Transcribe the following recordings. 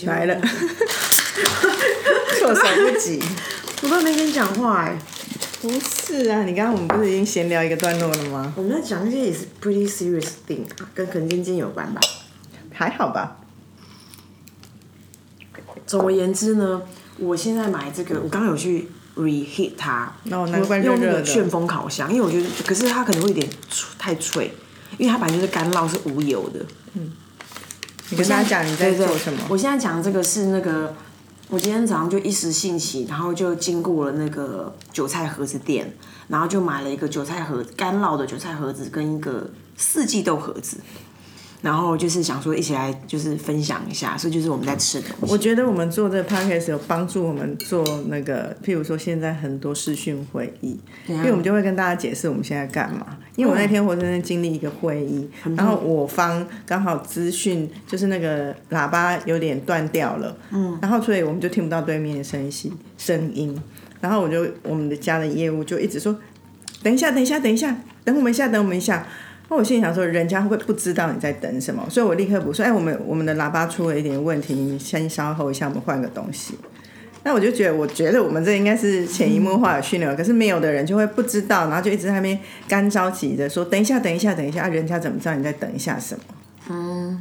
就来了，嗯 措手不及。我都没跟你讲话哎、不是啊，你刚刚我们不是已经闲聊一个段落了吗？我们在讲一些也是 pretty serious thing，啊跟肯尖尖有关吧。还好吧？总而言之呢，我现在买这个，我刚刚有去 reheat 它，那哦我难怪热用那热个旋的。风烤箱，因为我觉得，可是它可能会有点脆太脆，因为它本来就是干酪是无油的。你跟大家讲你在对做对什么？我现在讲这个是那个，我今天早上就一时兴起，然后就经过了那个韭菜盒子店，然后就买了一个韭菜盒干酪的韭菜盒子跟一个四季豆盒子，然后就是想说一起来就是分享一下，所以就是我们在吃的东我西。觉得我们做这个 podcast 有帮助我们做那个，譬如说现在很多视讯会议，啊因为我们就会跟大家解释我们现在干嘛。因为我那天活生生经历一个会议，然后我方刚好资讯就是那个喇叭有点断掉了，嗯，然后所以我们就听不到对面的声息声音，然后我就我们的家的业务就一直说，等一下，等一下，等一下，等我们一下，等我们一下。那我心里想说，人家会不会不知道你在等什么？所以我立刻补说，哎，我们我们的喇叭出了一点问题，你先稍后一下，我们换个东西。那我就觉得，我觉得我们这应该是潜移默化的训练，可是没有的人就会不知道，然后就一直在那边干着急的说，等一下，等一下，等一下，啊，人家怎么知道你在等一下什么？嗯，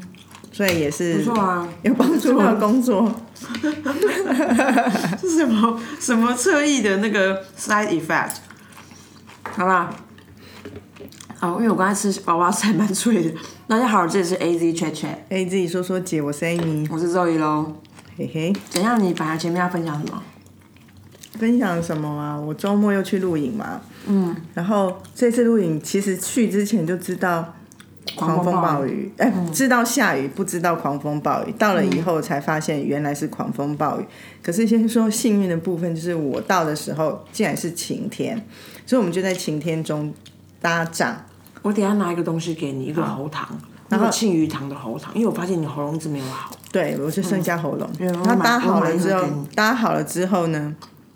所以也是不错啊，有帮助到工作。 这是什么什么侧翼的那个 side effect？好吧。哦，因为我刚才吃娃娃菜蛮脆的。大家好，这里是 A Z Chat Chat， A 哎自己说说姐，我是 Amy，我是周怡喽。嘿嘿，怎样？你本来前面要分享什么？分享什么啊？我周末又去露营嘛，嗯，然后这次露营其实去之前就知道狂风暴雨。雨，哎、知道下雨，不知道狂风暴雨。到了以后才发现原来是狂风暴雨。可是先说幸运的部分，就是我到的时候竟然是晴天，所以我们就在晴天中搭帐。哦我等一下拿一个东西给你，一个喉糖，那个庆余堂的喉糖，因为我发现你喉咙一直没有好。对，我就剩下喉咙。嗯然后搭好了之后我买一盒给你，搭好了之后呢，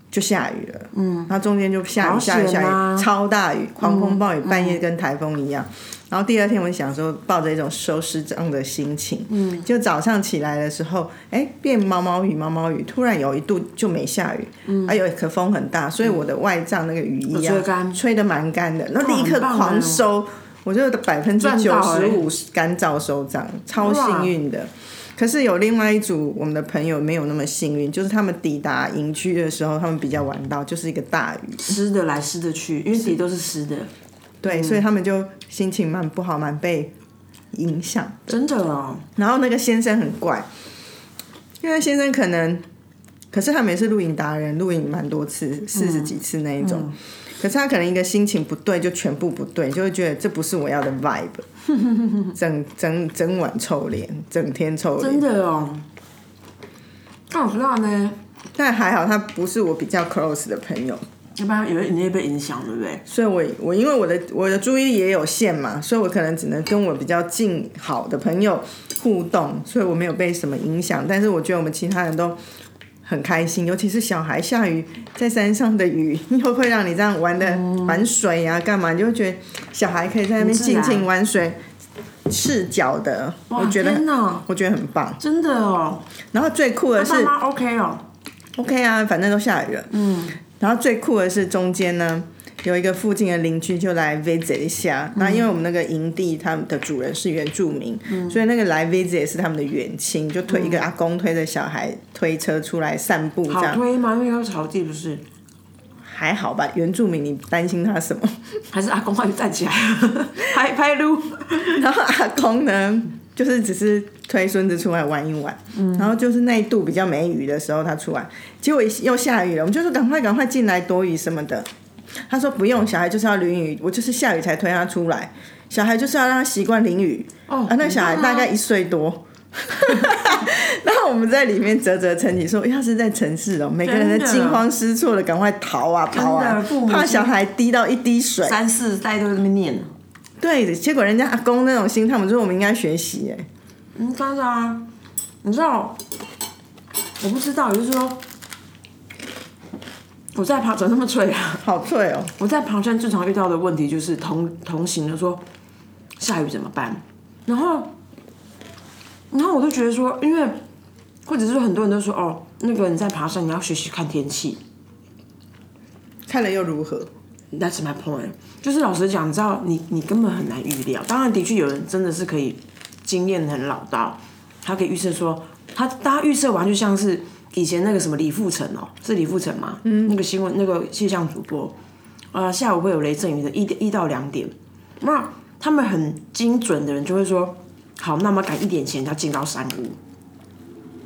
就下雨了。嗯，然后中间就下好雨、下雨、险下啊嗯雨，超大雨，狂风暴雨，半夜跟台风一样。然后第二天，我想说抱着一种收尸样的心情，嗯，就早上起来的时候，哎，变毛毛雨，毛毛雨，突然有一度就没下雨，嗯，哎呦，可风很大，所以我的外帐那个雨衣有啊吹，干吹得蛮干的，然后哇立刻很棒狂啊收，我就百分之赚九到十欸五干燥收账，超幸运的。可是有另外一组我们的朋友没有那么幸运，就是他们抵达营区的时候，他们比较晚到，就是一个大雨，湿的来湿的去，因为底都是湿的，嗯对，所以他们就心情蛮不好，蛮被影响。真的哦。然后那个先生很怪，因为先生可能，可是他们也是露营达人，露营蛮多次，四十几次那一嗯种。可是他可能一个心情不对，就全部不对，就会觉得这不是我要的 vibe，整 整整晚臭脸，整天臭脸真。的哦。那我知道呢，但还好他不是我比较 close 的朋友，要不然有你也被影响，对不对？所以我我因为我的我的注意力也有限嘛，所以我可能只能跟我比较近好的朋友互动，所以我没有被什么影响。但是我觉得我们其他人都很开心，尤其是小孩下雨在山上的雨，又会让你这样玩的哦玩水啊干嘛，你就会觉得小孩可以在那边很自尽然情玩水，赤脚的，哇我觉得天哪，我觉得很棒。真的哦。然后最酷的是爸。妈 OK 哦， OK 啊，反正都下雨了。嗯，然后最酷的是中间呢，有一个附近的邻居就来 visit 一下。那、因为我们那个营地，他们的主人是原住民，所以那个来 visit 是他们的远亲，就推一个阿公推着小孩推车出来散步，这好样推吗？因为要草地不是，还好吧？原住民，你担心他什么？还是阿公快站起来 拍拍路。啊 然后阿公呢，就是只是推孙子出来玩一玩，嗯然后就是那一度比较没雨的时候，他出来，结果又下雨了，我们就说赶快赶快进来躲雨什么的。他说不用，小孩就是要淋雨，我就是下雨才推他出来，小孩就是要让他习惯淋雨。哦啊，那个小孩很大棒啊概一岁多。 然后我们在里面啧啧称奇，说哎他是在城市哦，每个人真都的惊慌失措的，赶快逃啊跑啊真的父母，怕亲小孩滴到一滴水。三四代都在那边念，对，结果人家阿公那种心态，我们说我们应该学习哎。嗯，但是啊，你知道，我不知道，也就是说，我在爬怎么那么脆啊？好脆哦！我在爬山最常遇到的问题就是同同行的说下雨怎么办？然后，然后我就觉得说，因为或者是很多人都说哦，那个你在爬山，你要学习看天气。看了又如何？ That's my point。就是老实讲，你知道你你根本很难预料。当然，的确有人真的是可以经验很老道，他可以预测说，他大家预测完就像是以前那个什么李富成哦，是李富成吗？嗯，那个新闻那个气象主播，呃，下午会有雷阵雨的，一一到两点。那他们很精准的人就会说，好，那么赶一点前要进到山屋。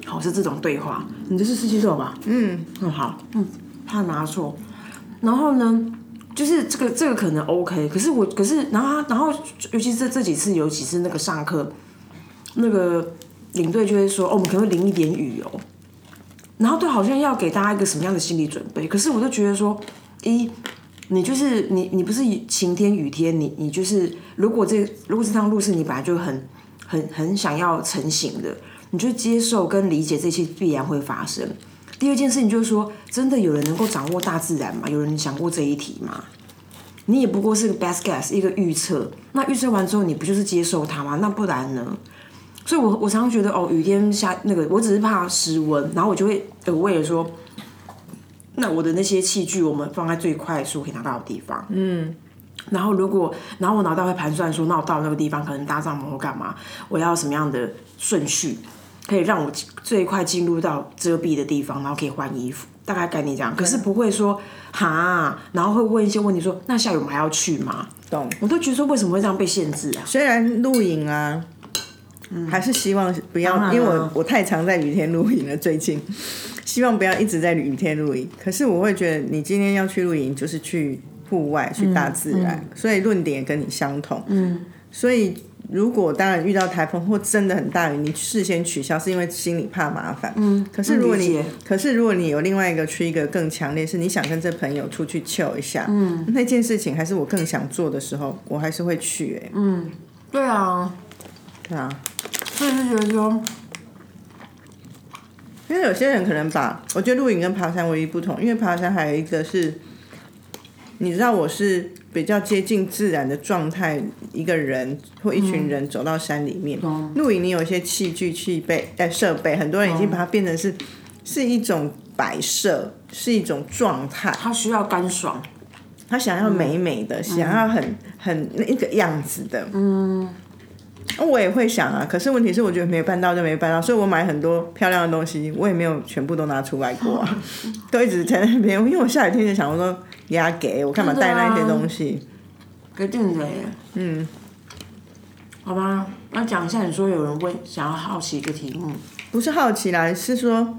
好，是这种对话。你这是四七六吧？嗯，嗯，好，嗯，怕拿错。然后呢，就是这个这个可能 OK，可是我可是然后他然后尤其是这几次有几次那个上课，那个领队就会说哦，我们可能会淋一点雨哦，然后都好像要给大家一个什么样的心理准备，可是我就觉得说，一你就是你你不是晴天雨天，你你就是如果这如果这趟路是你本来就很很很想要成型的，你就接受跟理解这些必然会发生。第二件事情就是说，真的有人能够掌握大自然吗？有人想过这一题吗？你也不过是个 best guess，一个预测。那预测完之后，你不就是接受它吗？那不然呢？所以我，我常常觉得，哦，雨天下那个，我只是怕失温，然后我就会呃，为了说，那我的那些器具，我们放在最快速可以拿到的地方，嗯。然后，如果，然后我脑袋会盘算说，那我到那个地方可能搭帐篷或干嘛，我要什么样的顺序，可以让我最快进入到遮蔽的地方，然后可以换衣服，大概概念这样。可是不会说哈，然后会问一些问题说，那下雨我们还要去吗？懂。我都觉得说为什么会这样被限制啊？虽然露营啊，还是希望不当然要，啊因为我我太常在雨天露营了，最近 希望不要一直在雨天露营。可是我会觉得，你今天要去露营，就是去户嗯外，去大自然，所以论点也跟你相同。嗯，所以如果当然遇到台风或真的很大雨，你事先取消是因为心里怕麻烦。嗯，可是如果嗯理你解可是如果你有另外一个区一个更强烈，是你想跟这朋友出去 chill 一下，嗯，那件事情还是我更想做的时候，我还是会去、欸。哎，对啊，对啊。所以就觉得说，因为有些人可能把，我觉得露营跟爬山唯一不同，因为爬山还有一个是，你知道我是比较接近自然的状态，一个人或一群人走到山里面。露营你有一些器具、器备、哎设备，很多人已经把它变成是、是一种摆设，是一种状态。他需要干爽，他想要美美的，想要很很那个样子的。嗯，我也会想啊，可是问题是我觉得没办到就没办到，所以我买很多漂亮的东西，我也没有全部都拿出来过啊，都一直在那边。因为我下雨天就想我说压给我干嘛带那些东西？一定的耶。嗯，好吧，那讲一下，你说有人问想要好奇一个题目，不是好奇啦，是说。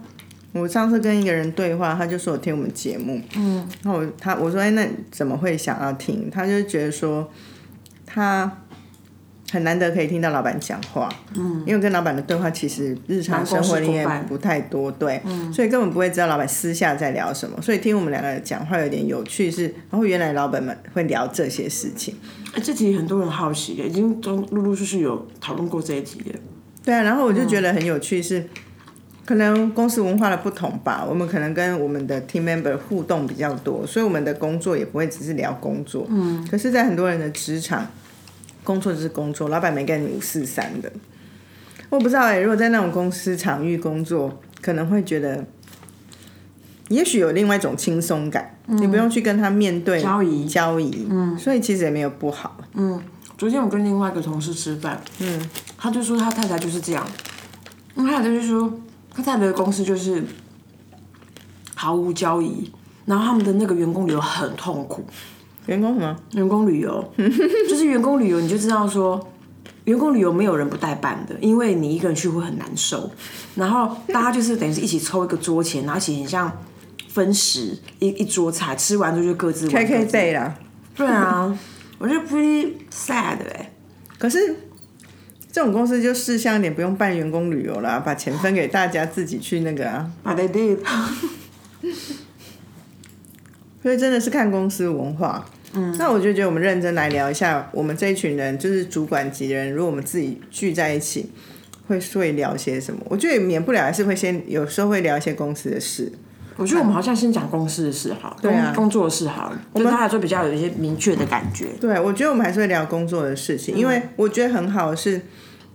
我上次跟一个人对话，他就说我听我们节目，嗯，然后我他我说哎，那怎么会想要听？他就觉得说他很难得可以听到老板讲话，嗯，因为跟老板的对话其实日常生活里也不太多，对，所以根本不会知道老板私下在聊什么，所以听我们两个讲话有点有趣是，然后原来老板们会聊这些事情，哎、这题很多人好奇耶，已经都陆陆续续有讨论过这一题了。对啊，然后我就觉得很有趣是，可能公司文化的不同吧，我们可能跟我们的 team member 互动比较多，所以我们的工作也不会只是聊工作。嗯，可是，在很多人的职场，工作就是工作，老板没跟你五四三的。我不知道哎、如果在那种公司场域工作，可能会觉得，也许有另外一种轻松感，你不用去跟他面对交易交易，嗯，所以其实也没有不好。嗯昨天我跟另外一个同事吃饭，嗯，他就说他太太就是这样，那他太太就说他太太的公司就是毫无交易，然后他们的那个员工旅游很痛苦，员工什么？员工旅游就是员工旅游，你就知道说。员工旅游没有人不代办的，因为你一个人去会很难受。然后大家就是等于是一起抽一个桌钱，然后一起很像分食一一桌菜，吃完之后就各自玩 K 各 K 自。 day 啦。对啊，我觉得 pretty sad 哎、可是这种公司就事项一点，不用办员工旅游啦，把钱分给大家自己去那个啊。 But they did 所以真的是看公司文化。嗯，那我就觉得我们认真来聊一下，我们这一群人就是主管级的人，如果我们自己聚在一起，会会聊些什么？我觉得也免不了还是会先有时候会聊一些公司的事。我觉得我们好像先讲公司的事好了，对啊工工作的事好了，对他来说比较有一些明确的感觉。对，我觉得我们还是会聊工作的事情，因为我觉得很好的是，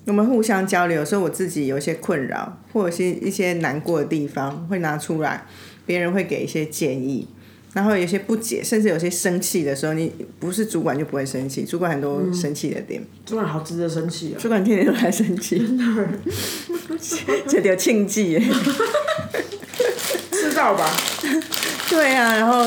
我们互相交流，有时候我自己有一些困扰，或者是一些难过的地方会拿出来，别人会给一些建议，然后有些不解，甚至有些生气的时候，你不是主管就不会生气，主管很多生气的点，主管好值得生气啊！主管天天都来生气， 这条庆忌耶，知道吧？对啊，然后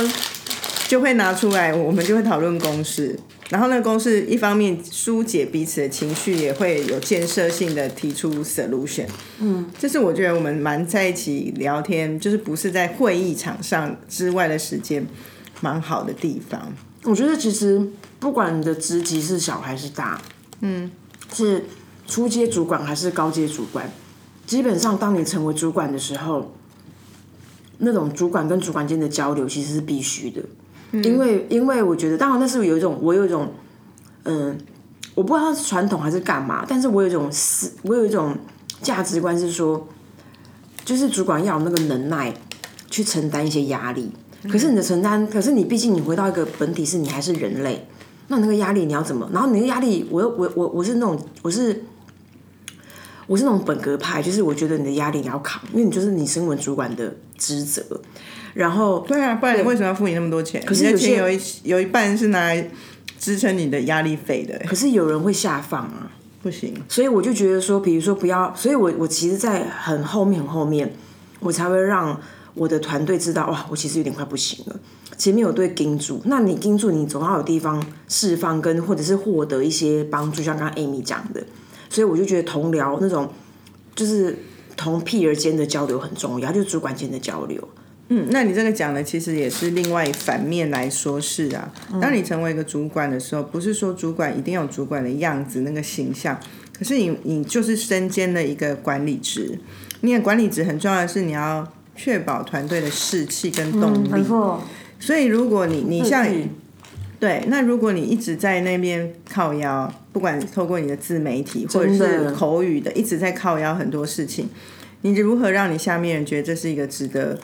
就会拿出来，我们就会讨论公式。然后那个公式一方面疏解彼此的情绪，也会有建设性的提出 solution。嗯，这是我觉得我们蛮在一起聊天，就是不是在会议场上之外的时间，蛮好的地方。我觉得其实不管你的职级是小还是大，嗯，是初阶主管还是高阶主管，基本上当你成为主管的时候，那种主管跟主管间的交流其实是必须的，因为因为我觉得，当然那是有一种我有一种，嗯，我不知道它是传统还是干嘛，但是我有一种思，我有一种价值观是说，就是主管要有那个能耐去承担一些压力。可是你的承担，可是你毕竟你回到一个本体是你还是人类，那你那个压力你要怎么？然后你那个压力，我又我我我是那种我是我是那种本格派，就是我觉得你的压力你要扛，因为你就是你身为主管的职责。然后对啊，不然你为什么要付你那么多钱？可是你有的些钱有一有一半是拿来支撑你的压力费的，可是有人会下放啊，不行。所以我就觉得说，比如说不要，所以我我其实，在很后面很后面，我才会让我的团队知道，哇，我其实有点快不行了。前面有对盯住，那你盯住，你总要有地方释放跟或者是获得一些帮助，像刚刚 Amy 讲的，所以我就觉得同僚那种就是同 peer 间的交流很重要，就是主管间的交流。嗯，那你这个讲的其实也是另外反面来说是啊，嗯当你成为一个主管的时候，不是说主管一定要有主管的样子那个形象，可是你你就是身兼了一个管理职，你的管理职很重要的是你要确保团队的士气跟动力。错，所以如果你你像嗯对，那如果你一直在那边靠腰，不管透过你的自媒体或者真的是口语的，一直在靠腰很多事情，你如何让你下面人觉得这是一个值得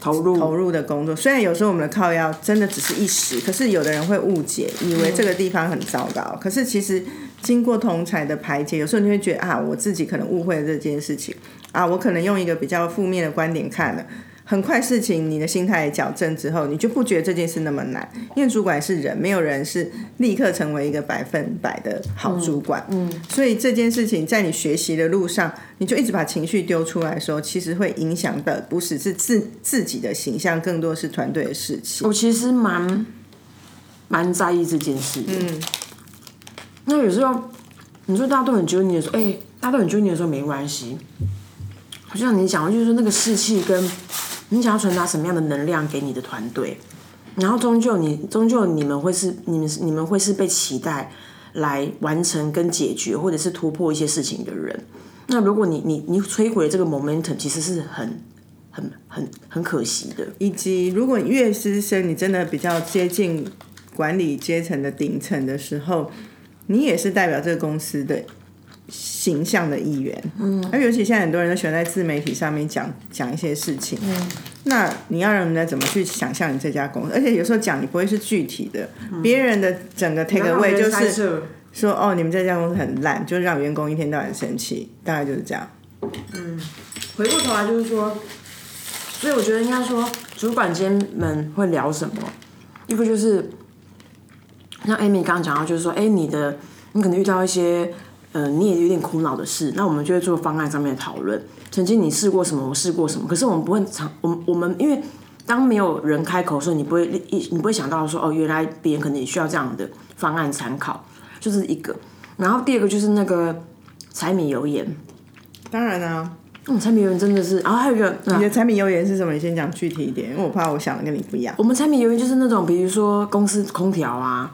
投入投入的工作。虽然有时候我们的靠腰真的只是一时，可是有的人会误解，以为这个地方很糟糕。可是其实经过同才的排解，有时候你会觉得啊，我自己可能误会了这件事情啊，我可能用一个比较负面的观点看了。很快事情，你的心态也矫正之后，你就不觉得这件事那么难。因为主管是人，没有人是立刻成为一个百分百的好主管。嗯，所以这件事情在你学习的路上，你就一直把情绪丢出来的时候，其实会影响的不只是自自己的形象，更多是团队的士气。我其实蛮蛮在意这件事的。嗯，那有时候你说大家都很揪你的时候，哎、大家都很揪你的时候没关系。就像你讲的，就是说那个士气跟你想要传达什么样的能量给你的团队，然后终究你终究你们会是你们是你们会是被期待来完成跟解决或者是突破一些事情的人。那如果你你你摧毁了这个 momentum，其实是很很很很可惜的。以及如果你越资深，你真的比较接近管理阶层的顶层的时候，你也是代表这个公司的形象的一员。嗯，而尤其现在很多人都喜欢在自媒体上面讲讲一些事情。嗯，那你要让人家怎么去想象你这家公司？而且有时候讲你不会是具体的，别、人的整个 take away 就猜是测说哦，你们这家公司很烂，就让员工一天到晚生气，大概就是这样。回过头来就是说，所以我觉得应该说，主管间们会聊什么？一个就是，像 Amy 刚刚讲到，就是说，哎、你的你可能遇到一些，呃，你也有点苦恼的事，那我们就会做方案上面的讨论。曾经你试过什么，我试过什么，可是我们不会常，我们我们因为当没有人开口的时候，你不会一你不会想到说，哦，原来别人可能也需要这样的方案参考，这、是一个。然后第二个就是那个柴米油盐，当然啊，嗯，柴米油盐真的是，然后还有一个， 啊你的产品优点是什么？你先讲具体一点，因为我怕我想的跟你不一样。我们柴米油盐就是那种，比如说公司空调啊，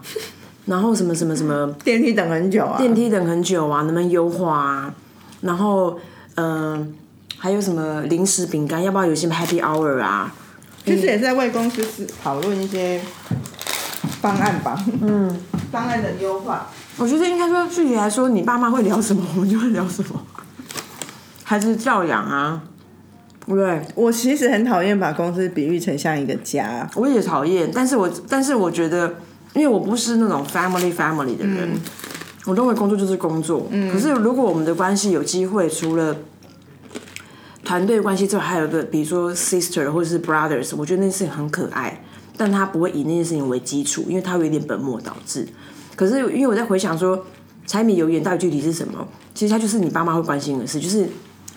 然后什么什么什么电梯等很久啊，电梯等很久啊，能不能优化啊？然后嗯、呃还有什么零食饼干，要不要有一些 Happy Hour 啊？就是也是在为公司是讨论一些方案吧，嗯，方案的优化。我觉得应该说，具体来说，你爸妈会聊什么，我们就会聊什么。孩子教养啊，对不对，我其实很讨厌把公司比喻成像一个家，我也讨厌，但是我但是我觉得，因为我不是那种 family family 的人，我认为工作就是工作。可是如果我们的关系有机会，除了团队关系之外，还有一个比如说 sister 或者是 brothers，我觉得那件事情很可爱，但他不会以那件事情为基础，因为他有一点本末倒置。可是因为我在回想说，柴米油盐到底具体是什么？其实它就是你爸妈会关心的事，就是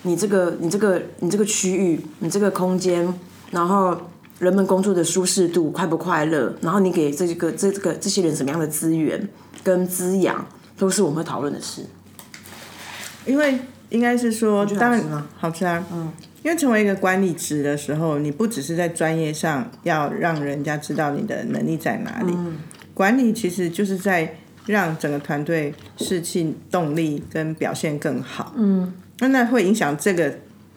你这个、你这个、你这个区域、你这个空间，然后人们工作的舒适度、快不快乐，然后你给这个、这个、这些人什么样的资源跟滋养，都是我们会讨论的事。因为应该是说，觉得当好吃然吗好吃啊，嗯，因为成为一个管理职的时候，你不只是在专业上要让人家知道你的能力在哪里，嗯管理其实就是在让整个团队士气、动力跟表现更好，嗯，那那会影响这个。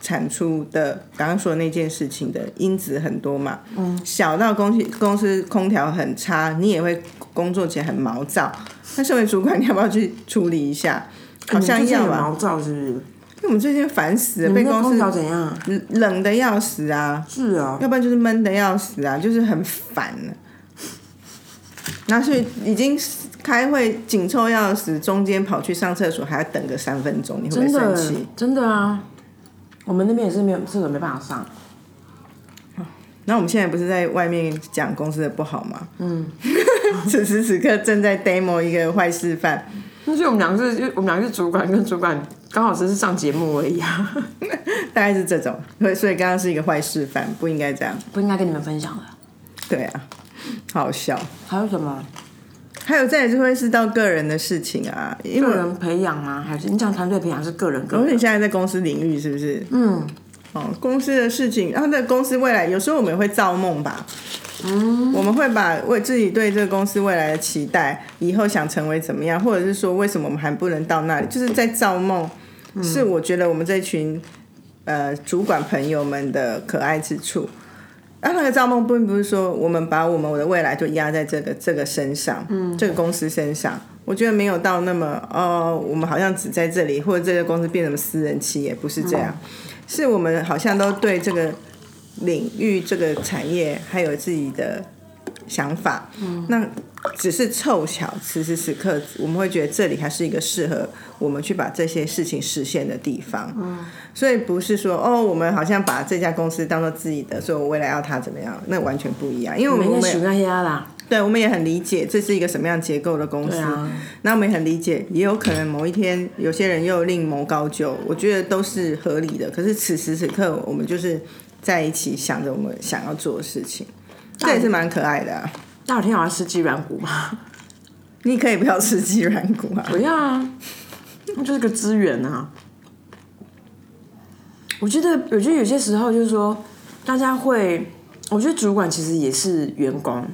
产出的刚刚说的那件事情的因子很多嘛，嗯，小到公司公司空调很差，你也会工作起来很毛躁。那身为主管，你要不要去处理一下？好像你最近要有吧，毛躁是不是？因为我们最近烦死了，你被那公空调司怎样？冷的要死啊，是啊，要不然就是闷的要死啊，就是很烦啊。然后所以已经开会紧凑要死，中间跑去上厕所还要等个三分钟，你会不会真生的气？真的啊，我们那边也是没有厕所没办法上。然后我们现在不是在外面讲公司的不好吗？嗯， 此时此刻正在 demo 一个坏示范，那就我们两个是，就我们两个是主管跟主管，刚好只是上节目而已啊，大概是这种，所以所以刚刚是一个坏示范，不应该这样。 不应该跟你们分享的。对啊，好笑。还有什么还有再来就会是到个人的事情啊，因为个人培养吗？还是你讲团队培养是个人个而且人？哦你现在在公司领域是不是？嗯，哦，公司的事情，然后在公司未来，有时候我们也会造梦吧。嗯，我们会把为自己对这个公司未来的期待，以后想成为怎么样，或者是说为什么我们还不能到那里，就是在造梦。是我觉得我们这群呃主管朋友们的可爱之处。啊，那个造梦并不是说我们把我们我的未来就压在这个这个身上，嗯，这个公司身上。我觉得没有到那么哦，我们好像只在这里，或者这个公司变成私人企业，不是这样。是我们好像都对这个领域、这个产业还有自己的想法。嗯，那只是凑巧，此时此刻我们会觉得这里还是一个适合我们去把这些事情实现的地方。嗯，所以不是说哦，我们好像把这家公司当做自己的，所以我未来要它怎么样，那完全不一样。因为我我们们我应该们喜也欢黑鸭啦。对我们也很理解这是一个什么样结构的公司对，啊，那我们也很理解，也有可能某一天有些人又另谋高就，我觉得都是合理的。可是此时此刻，我们就是在一起想着我们想要做的事情，这也是蛮可爱的、啊。大耳天好像吃鸡软骨嘛，你可以不要吃鸡软骨啊，不要啊，那就是个资源啊。我觉得，我觉得有些时候就是说，大家会，我觉得主管其实也是员工，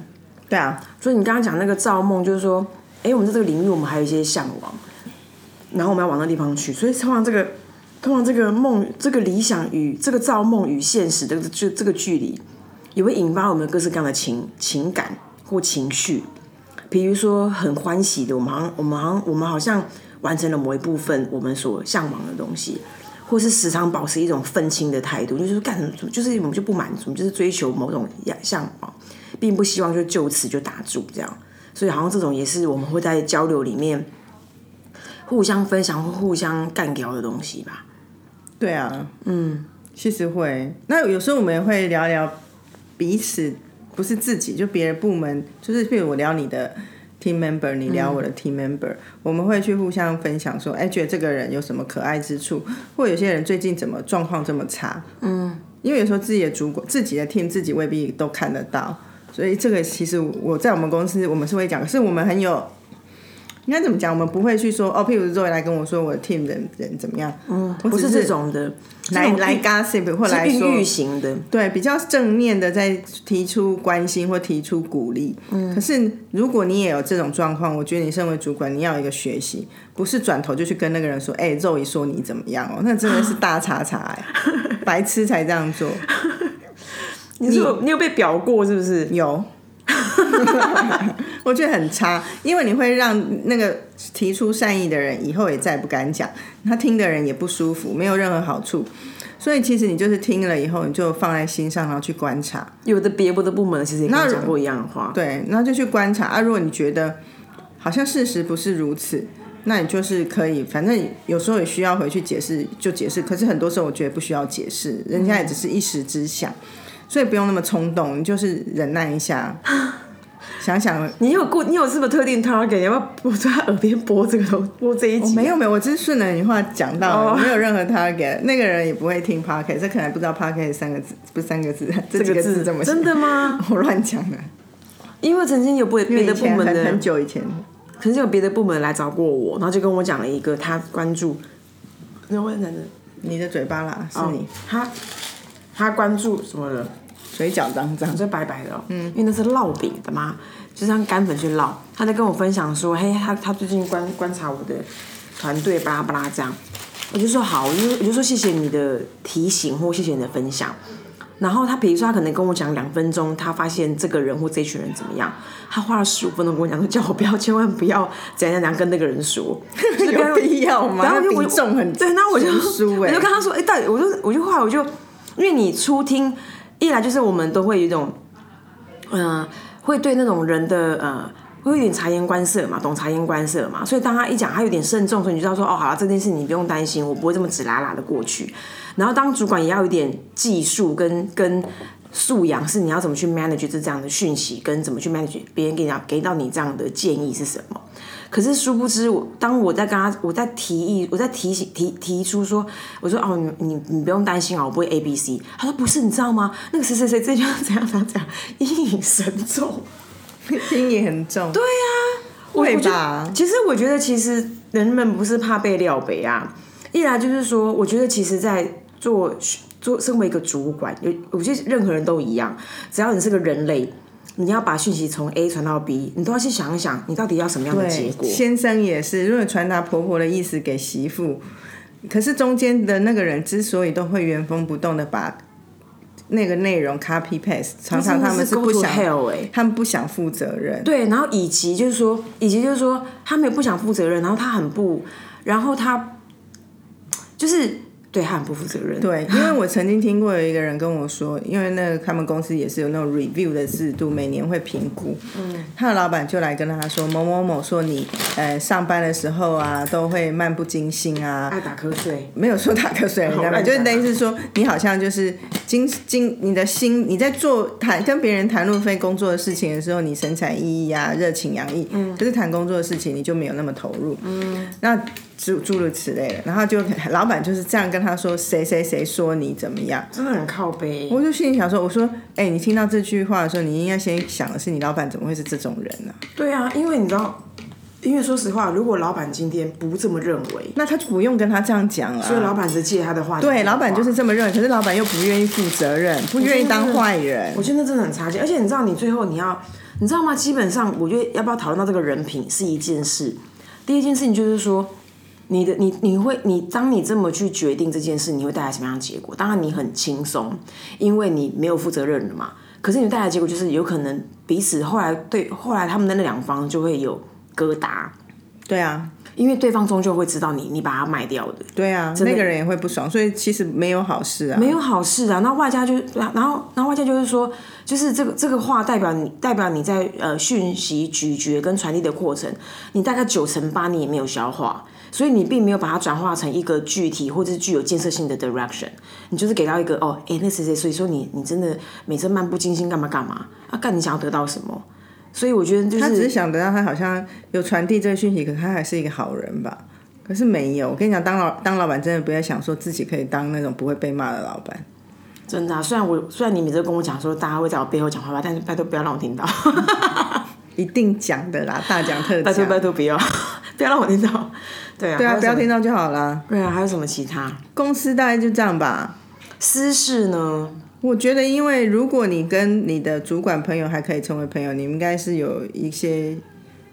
对啊，所以你刚刚讲那个造梦，就是说，哎，我们在这个领域，我们还有一些向往，然后我们要往那地方去。所以通常这个，通常这个梦、这个理想与这个造梦与现实的这这这个距离，也会引发我们各式各样的情情感或情绪。比如说，很欢喜的，我们好像，我们好像，我们好像完成了某一部分我们所向往的东西，或是时常保持一种愤青的态度，就是说干什么，就是我们就不满足，我们就是追求某种向向往。并不希望就就此就打住这样。所以好像这种也是我们会在交流里面互相分享或互相干掉的东西吧。对啊，嗯，其实会。那有时候我们也会聊聊彼此，不是自己，就别的部门，就是譬如我聊你的。team member，你聊我的 team member，、我们会去互相分享说，哎、觉得这个人有什么可爱之处，或有些人最近怎么状况这么差，嗯，因为有时候自己的主管、自己的 team 自己未必都看得到，所以这个其实我在我们公司我们是会讲，可是我们很有。应该怎么讲？我们不会去说哦，譬如作为来跟我说我的 team 人人怎么样，嗯，不是这种的，来这种来孕 gossip 或来是说孕育型的，对，比较正面的在提出关心或提出鼓励。嗯，可是如果你也有这种状况，我觉得你身为主管，你要有一个学习，不是转头就去跟那个人说：“哎、肉一说你怎么样哦？”那真的是大叉叉哎、 白痴才这样做。你是有你有被表过是不是？有， 我觉得很差，因为你会让那个提出善意的人以后也再也不敢讲，他听的人也不舒服，没有任何好处。所以其实你就是听了以后，你就放在心上，然后去观察。有的别的部门其实也跟那我讲过一样的话，对，然后就去观察啊。如果你觉得好像事实不是如此，那你就是可以，反正有时候也需要回去解释就解释，可是很多时候我觉得不需要解释，人家也只是一时之想，所以不用那么冲动，你就是忍耐一下，想想你有固，你有是不是特定 target？要不要我在他耳边播这个东播这一集？啊哦没有没有，我只是顺着你话讲到，没有任何 target，那个人也不会听 p o c k e t 这可能不知道 p o c k e t 三个字，不是三个字，这几这个字字怎么写真的吗？ 我乱讲的，因为曾经有别因别为以的部前门很的很久以前，可是有别的部门来找过我，然后就跟我讲了一个他关注，那位男的你的嘴巴啦，是哦你他他关注什么了？嘴角脏脏我，这白白的、哦，嗯，因为那是烙饼的嘛，就是用干粉去烙。他在跟我分享说，嘿，他他最近观观察我的团队，巴拉巴拉这样。我就说好，我就我就说谢谢你的提醒或谢谢你的分享。然后他比如说他可能跟我讲两分钟，他发现这个人或这群人怎么样，他花了十五分钟跟我讲说，叫我不要，千万不要怎样怎样跟那个人说，就是不 要有必要吗？然后我就那比重很对，那我就悬殊我哎就跟，他说，哎、到底我就我就后来我就，因为你初听，一来就是我们都会有一种，嗯、会对那种人的呃。会有点察言观色嘛，懂察言观色嘛，所以当他一讲，他有点慎重，所以你就知道说，哦，好了，这件事你不用担心，我不会这么直拉拉的过去。然后当主管也要有一点技术跟跟素养，是你要怎么去 manage 这这样的讯息，跟怎么去 manage 别人给你给到你这样的建议是什么。可是殊不知我，当我在跟他，我在提议，我在提醒提提出说，我说哦，你你你不用担心啊，我不会 A B C。他说不是，你知道吗？那个谁谁谁这就怎样怎样怎样，阴影深重。心也很重，对，啊 我会我觉吧得其实我觉得，其实人们不是怕被料北啊，一来就是说，我觉得其实，在做做身为一个主管，有我觉得任何人都一样，只要你是个人类，你要把讯息从 A 传到 B，你都要去想一想，你到底要什么样的结果。先生也是，如果传达婆婆的意思给媳妇，可是中间的那个人之所以都会原封不动的把那个内容 copy paste，常常他们是不 go to 想， hell 哎、他们不想负责任。对，然后以及就是说，以及就是说，他们也不想负责任，然后他很不，然后他就是对他很不负责任，对，因为我曾经听过有一个人跟我说，因为那个他们公司也是有那种 review 的制度，每年会评估。嗯，他的老板就来跟他说，某某某说你，呃，上班的时候啊，都会漫不经心啊，爱打瞌睡，没有说打瞌睡，你知道吗？乱讲啊就是等于是说，你好像就是经经你的心，你在做谈跟别人谈论非工作的事情的时候，你神采奕奕啊，热情洋溢。嗯。可是谈工作的事情，你就没有那么投入。嗯。那诸诸如此类的，然后就老板就是这样跟他说，谁谁谁说你怎么样？真的很靠背。我就心里想说，我说，哎、你听到这句话的时候，你应该先想的是，你老板怎么会是这种人呢、对啊，因为你知道，因为说实话，如果老板今天不这么认为，那他就不用跟他这样讲了啊、所以老板只借他的话，对，老板就是这么认为，可是老板又不愿意负责任，不愿意当坏人。我觉得那真的很差劲。而且你知道，你最后你要，你知道吗？基本上，我觉得要不要讨论到这个人品是一件事。第一件事情就是说，你的你你会你当你这么去决定这件事，你会带来什么样的结果？当然你很轻松，因为你没有负责任了嘛。可是你带来的结果就是有可能彼此后来对后来他们的那两方就会有疙瘩，对啊，因为对方终究会知道你你把他卖掉的。对啊，的那个人也会不爽，所以其实没有好事啊。没有好事啊。那外加就，然后，然后外加就是说，就是这个这个话代表你代表你在呃讯息咀嚼跟传递的过程，你大概九成八你也没有消化，所以你并没有把它转化成一个具体或者是具有建设性的 direction。你就是给到一个哦，哎，那谁谁，所以说你你真的每次漫不经心干嘛干嘛啊？干你想要得到什么？所以我觉得就他只是是想得到他好像有传递这个讯息，可他还是一个好人吧。可是没有，我跟你讲，当老当老板真的不要想说自己可以当那种不会被骂的老板。真的啊、虽然我虽然你每次跟我讲说大家会在我背后讲坏话，但是拜托不要让我听到。一定讲的啦，大讲特 拜托讲。拜托不要，不要让我听到。对啊，对还啊，有不要什么。听到就好啦。对啊，还有什么其他公司大概就这样吧。私事呢？我觉得，因为如果你跟你的主管朋友还可以成为朋友，你们应该是有一些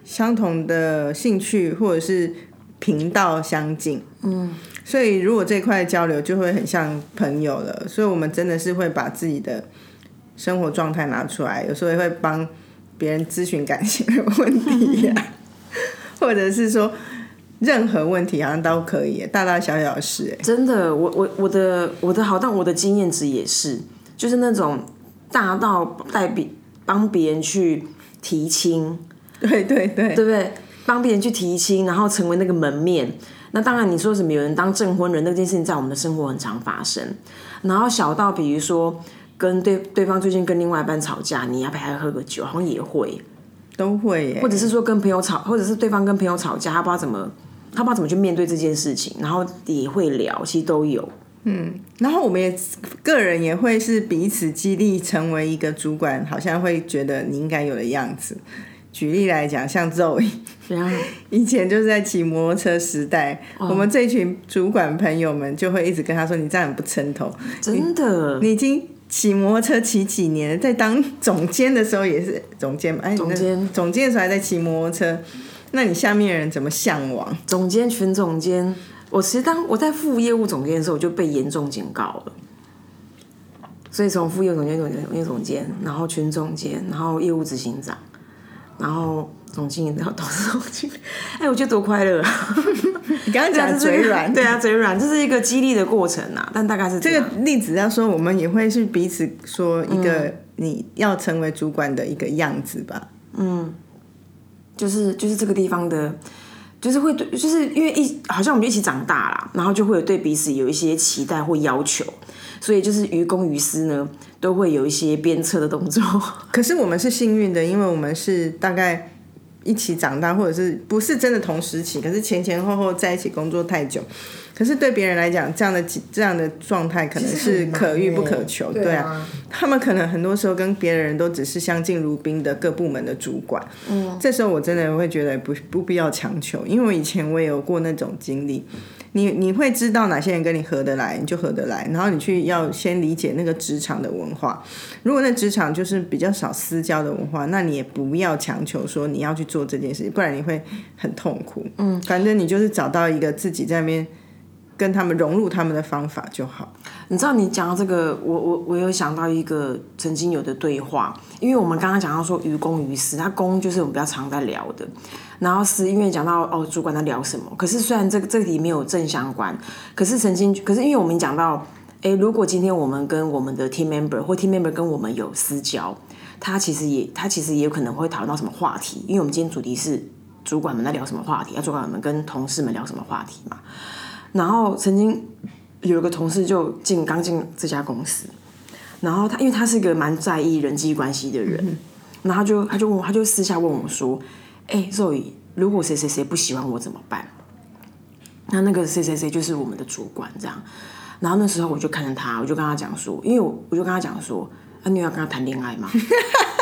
相同的兴趣或者是频道相近。嗯，所以如果这块交流就会很像朋友了。所以我们真的是会把自己的生活状态拿出来，有时候也会帮别人咨询感情的问题呀、 或者是说任何问题好像都可以，大大小小的事。真的，我我我的我的好，但我的经验值也是，就是那种大到带别帮别人去提亲，对对对，对不对？帮别人去提亲，然后成为那个门面。那当然，你说什么有人当证婚人那件事情，在我们的生活很常发生。然后小到比如说跟对对方最近跟另外一半吵架，你要陪他喝个酒，好像也会，都会耶或。者是说跟朋友吵，或者是对方跟朋友吵架，他不知道怎么，他不知道怎么去面对这件事情，然后也会聊，其实都有。然后我们也个人也会是彼此激励，成为一个主管，好像会觉得你应该有的样子。举例来讲，像 Zoe 然后以前就是在骑摩托车时代，哦我们这群主管朋友们就会一直跟他说：“你这样很不称头，真的，你已经骑摩托车骑几年了，在当总监的时候也是总监嘛，哎，你那总监总监的时候还在骑摩托车，那你下面的人怎么向往？总监、群总监，我其实当我在副业务总监的时候，我就被严重警告了。所以从副业务总监、总监、总监、总监，然后群总监，然后业务执行长，然后总经理，然后董事总经理，哎，我觉得多快乐啊！ 你刚刚对啊讲这是一嘴个软，对啊，嘴软，这是一个激励的过程啊。但大概是这这样个例子要说，我们也会是彼此说一个你要成为主管的一个样子吧。就是就是这个地方的，就是会对，就是因为一好像我们就一起长大啦，然后就会有对彼此有一些期待或要求，所以就是于公于私呢，都会有一些鞭策的动作。可是我们是幸运的，因为我们是大概一起长大，或者是不是真的同时期，可是前前后后在一起工作太久。可是对别人来讲，这样的这样的状态 可能是可遇不可求，对对啊。啊，他们可能很多时候跟别的人都只是相敬如宾的各部门的主管，嗯，这时候我真的会觉得不不必要强求，因为我以前我也有过那种经历，你你会知道哪些人跟你合得来，你就合得来，然后你去要先理解那个职场的文化，如果那职场就是比较少私交的文化，那你也不要强求说你要去做这件事情，不然你会很痛苦，嗯，反正你就是找到一个自己在那边跟他们融入他们的方法就好，你知道你讲到这个，我我我有想到一个曾经有的对话，因为我们刚刚讲到说于公于私，他公就是我们比较常在聊的，然后私因为讲到哦主管在聊什么，可是虽然这个这里没有正相关，可是曾经可是因为我们讲到，诶，如果今天我们跟我们的 team member 或 team member 跟我们有私交，他其实也他其实也有可能会讨论到什么话题，因为我们今天主题是主管们在聊什么话题，啊主管们跟同事们聊什么话题嘛，然后曾经有一个同事就进刚进这家公司，然后他因为他是一个蛮在意人际关系的人，然后他就他就问我，他就私下问我说：“哎、肉宇，如果谁谁谁不喜欢我怎么办？”那那个谁谁谁就是我们的主管这样。然后那时候我就看着他，我就跟他讲说，因为我我就跟他讲说，啊，你有要跟他谈恋爱吗？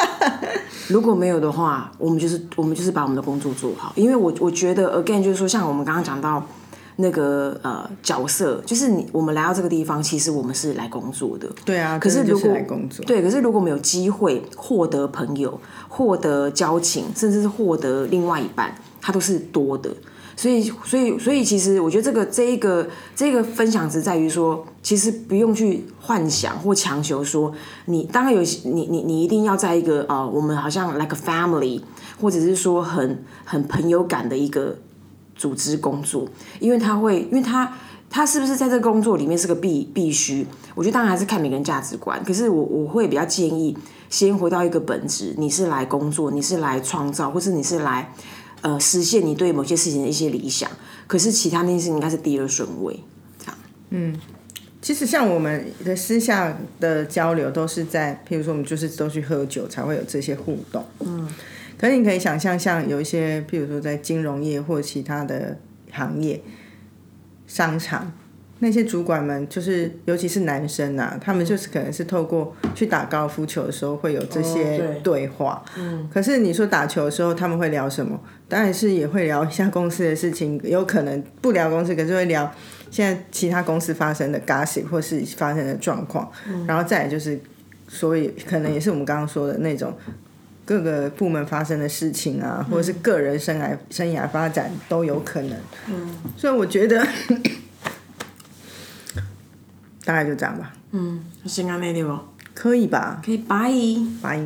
如果没有的话，我们就是我们就是把我们的工作做好，因为我我觉得 again 就是说，像我们刚刚讲到那个呃角色，就是你我们来到这个地方，其实我们是来工作的，对啊，可是真的如就果来工作。对，可是如果我们有机会获得朋友、获得交情，甚至是获得另外一半，它都是多的。所以，所以，所以，其实我觉得这个这一个这个分享只在于说，其实不用去幻想或强求说，你当然有你你你一定要在一个呃，我们好像 like a family，或者是说很很朋友感的一个组织工作，因为他会，因为他他是不是在这个工作里面是个必必须？我觉得当然还是看每个人价值观。可是我我会比较建议，先回到一个本质，你是来工作，你是来创造，或是你是来呃实现你对某些事情的一些理想。可是其他那些事情应该是第二顺位。其实像我们的私下的交流都是在，譬如说我们就是都去喝酒才会有这些互动。嗯，可是你可以想象，像有一些，譬如说在金融业或其他的行业，商场那些主管们，就是尤其是男生啊，他们就是可能是透过去打高尔夫球的时候会有这哦些对对话。嗯，可是你说打球的时候他们会聊什么？当然是也会聊一下公司的事情，有可能不聊公司，可是会聊现在其他公司发生的 gossip 或是发生的状况，嗯然后再来就是，所以可能也是我们刚刚说的那种各个部门发生的事情啊，或者是个人生涯生涯发展都有可能。嗯，所以我觉得 大概就这样吧，嗯，先按那地方可以吧？可以，拜。拜。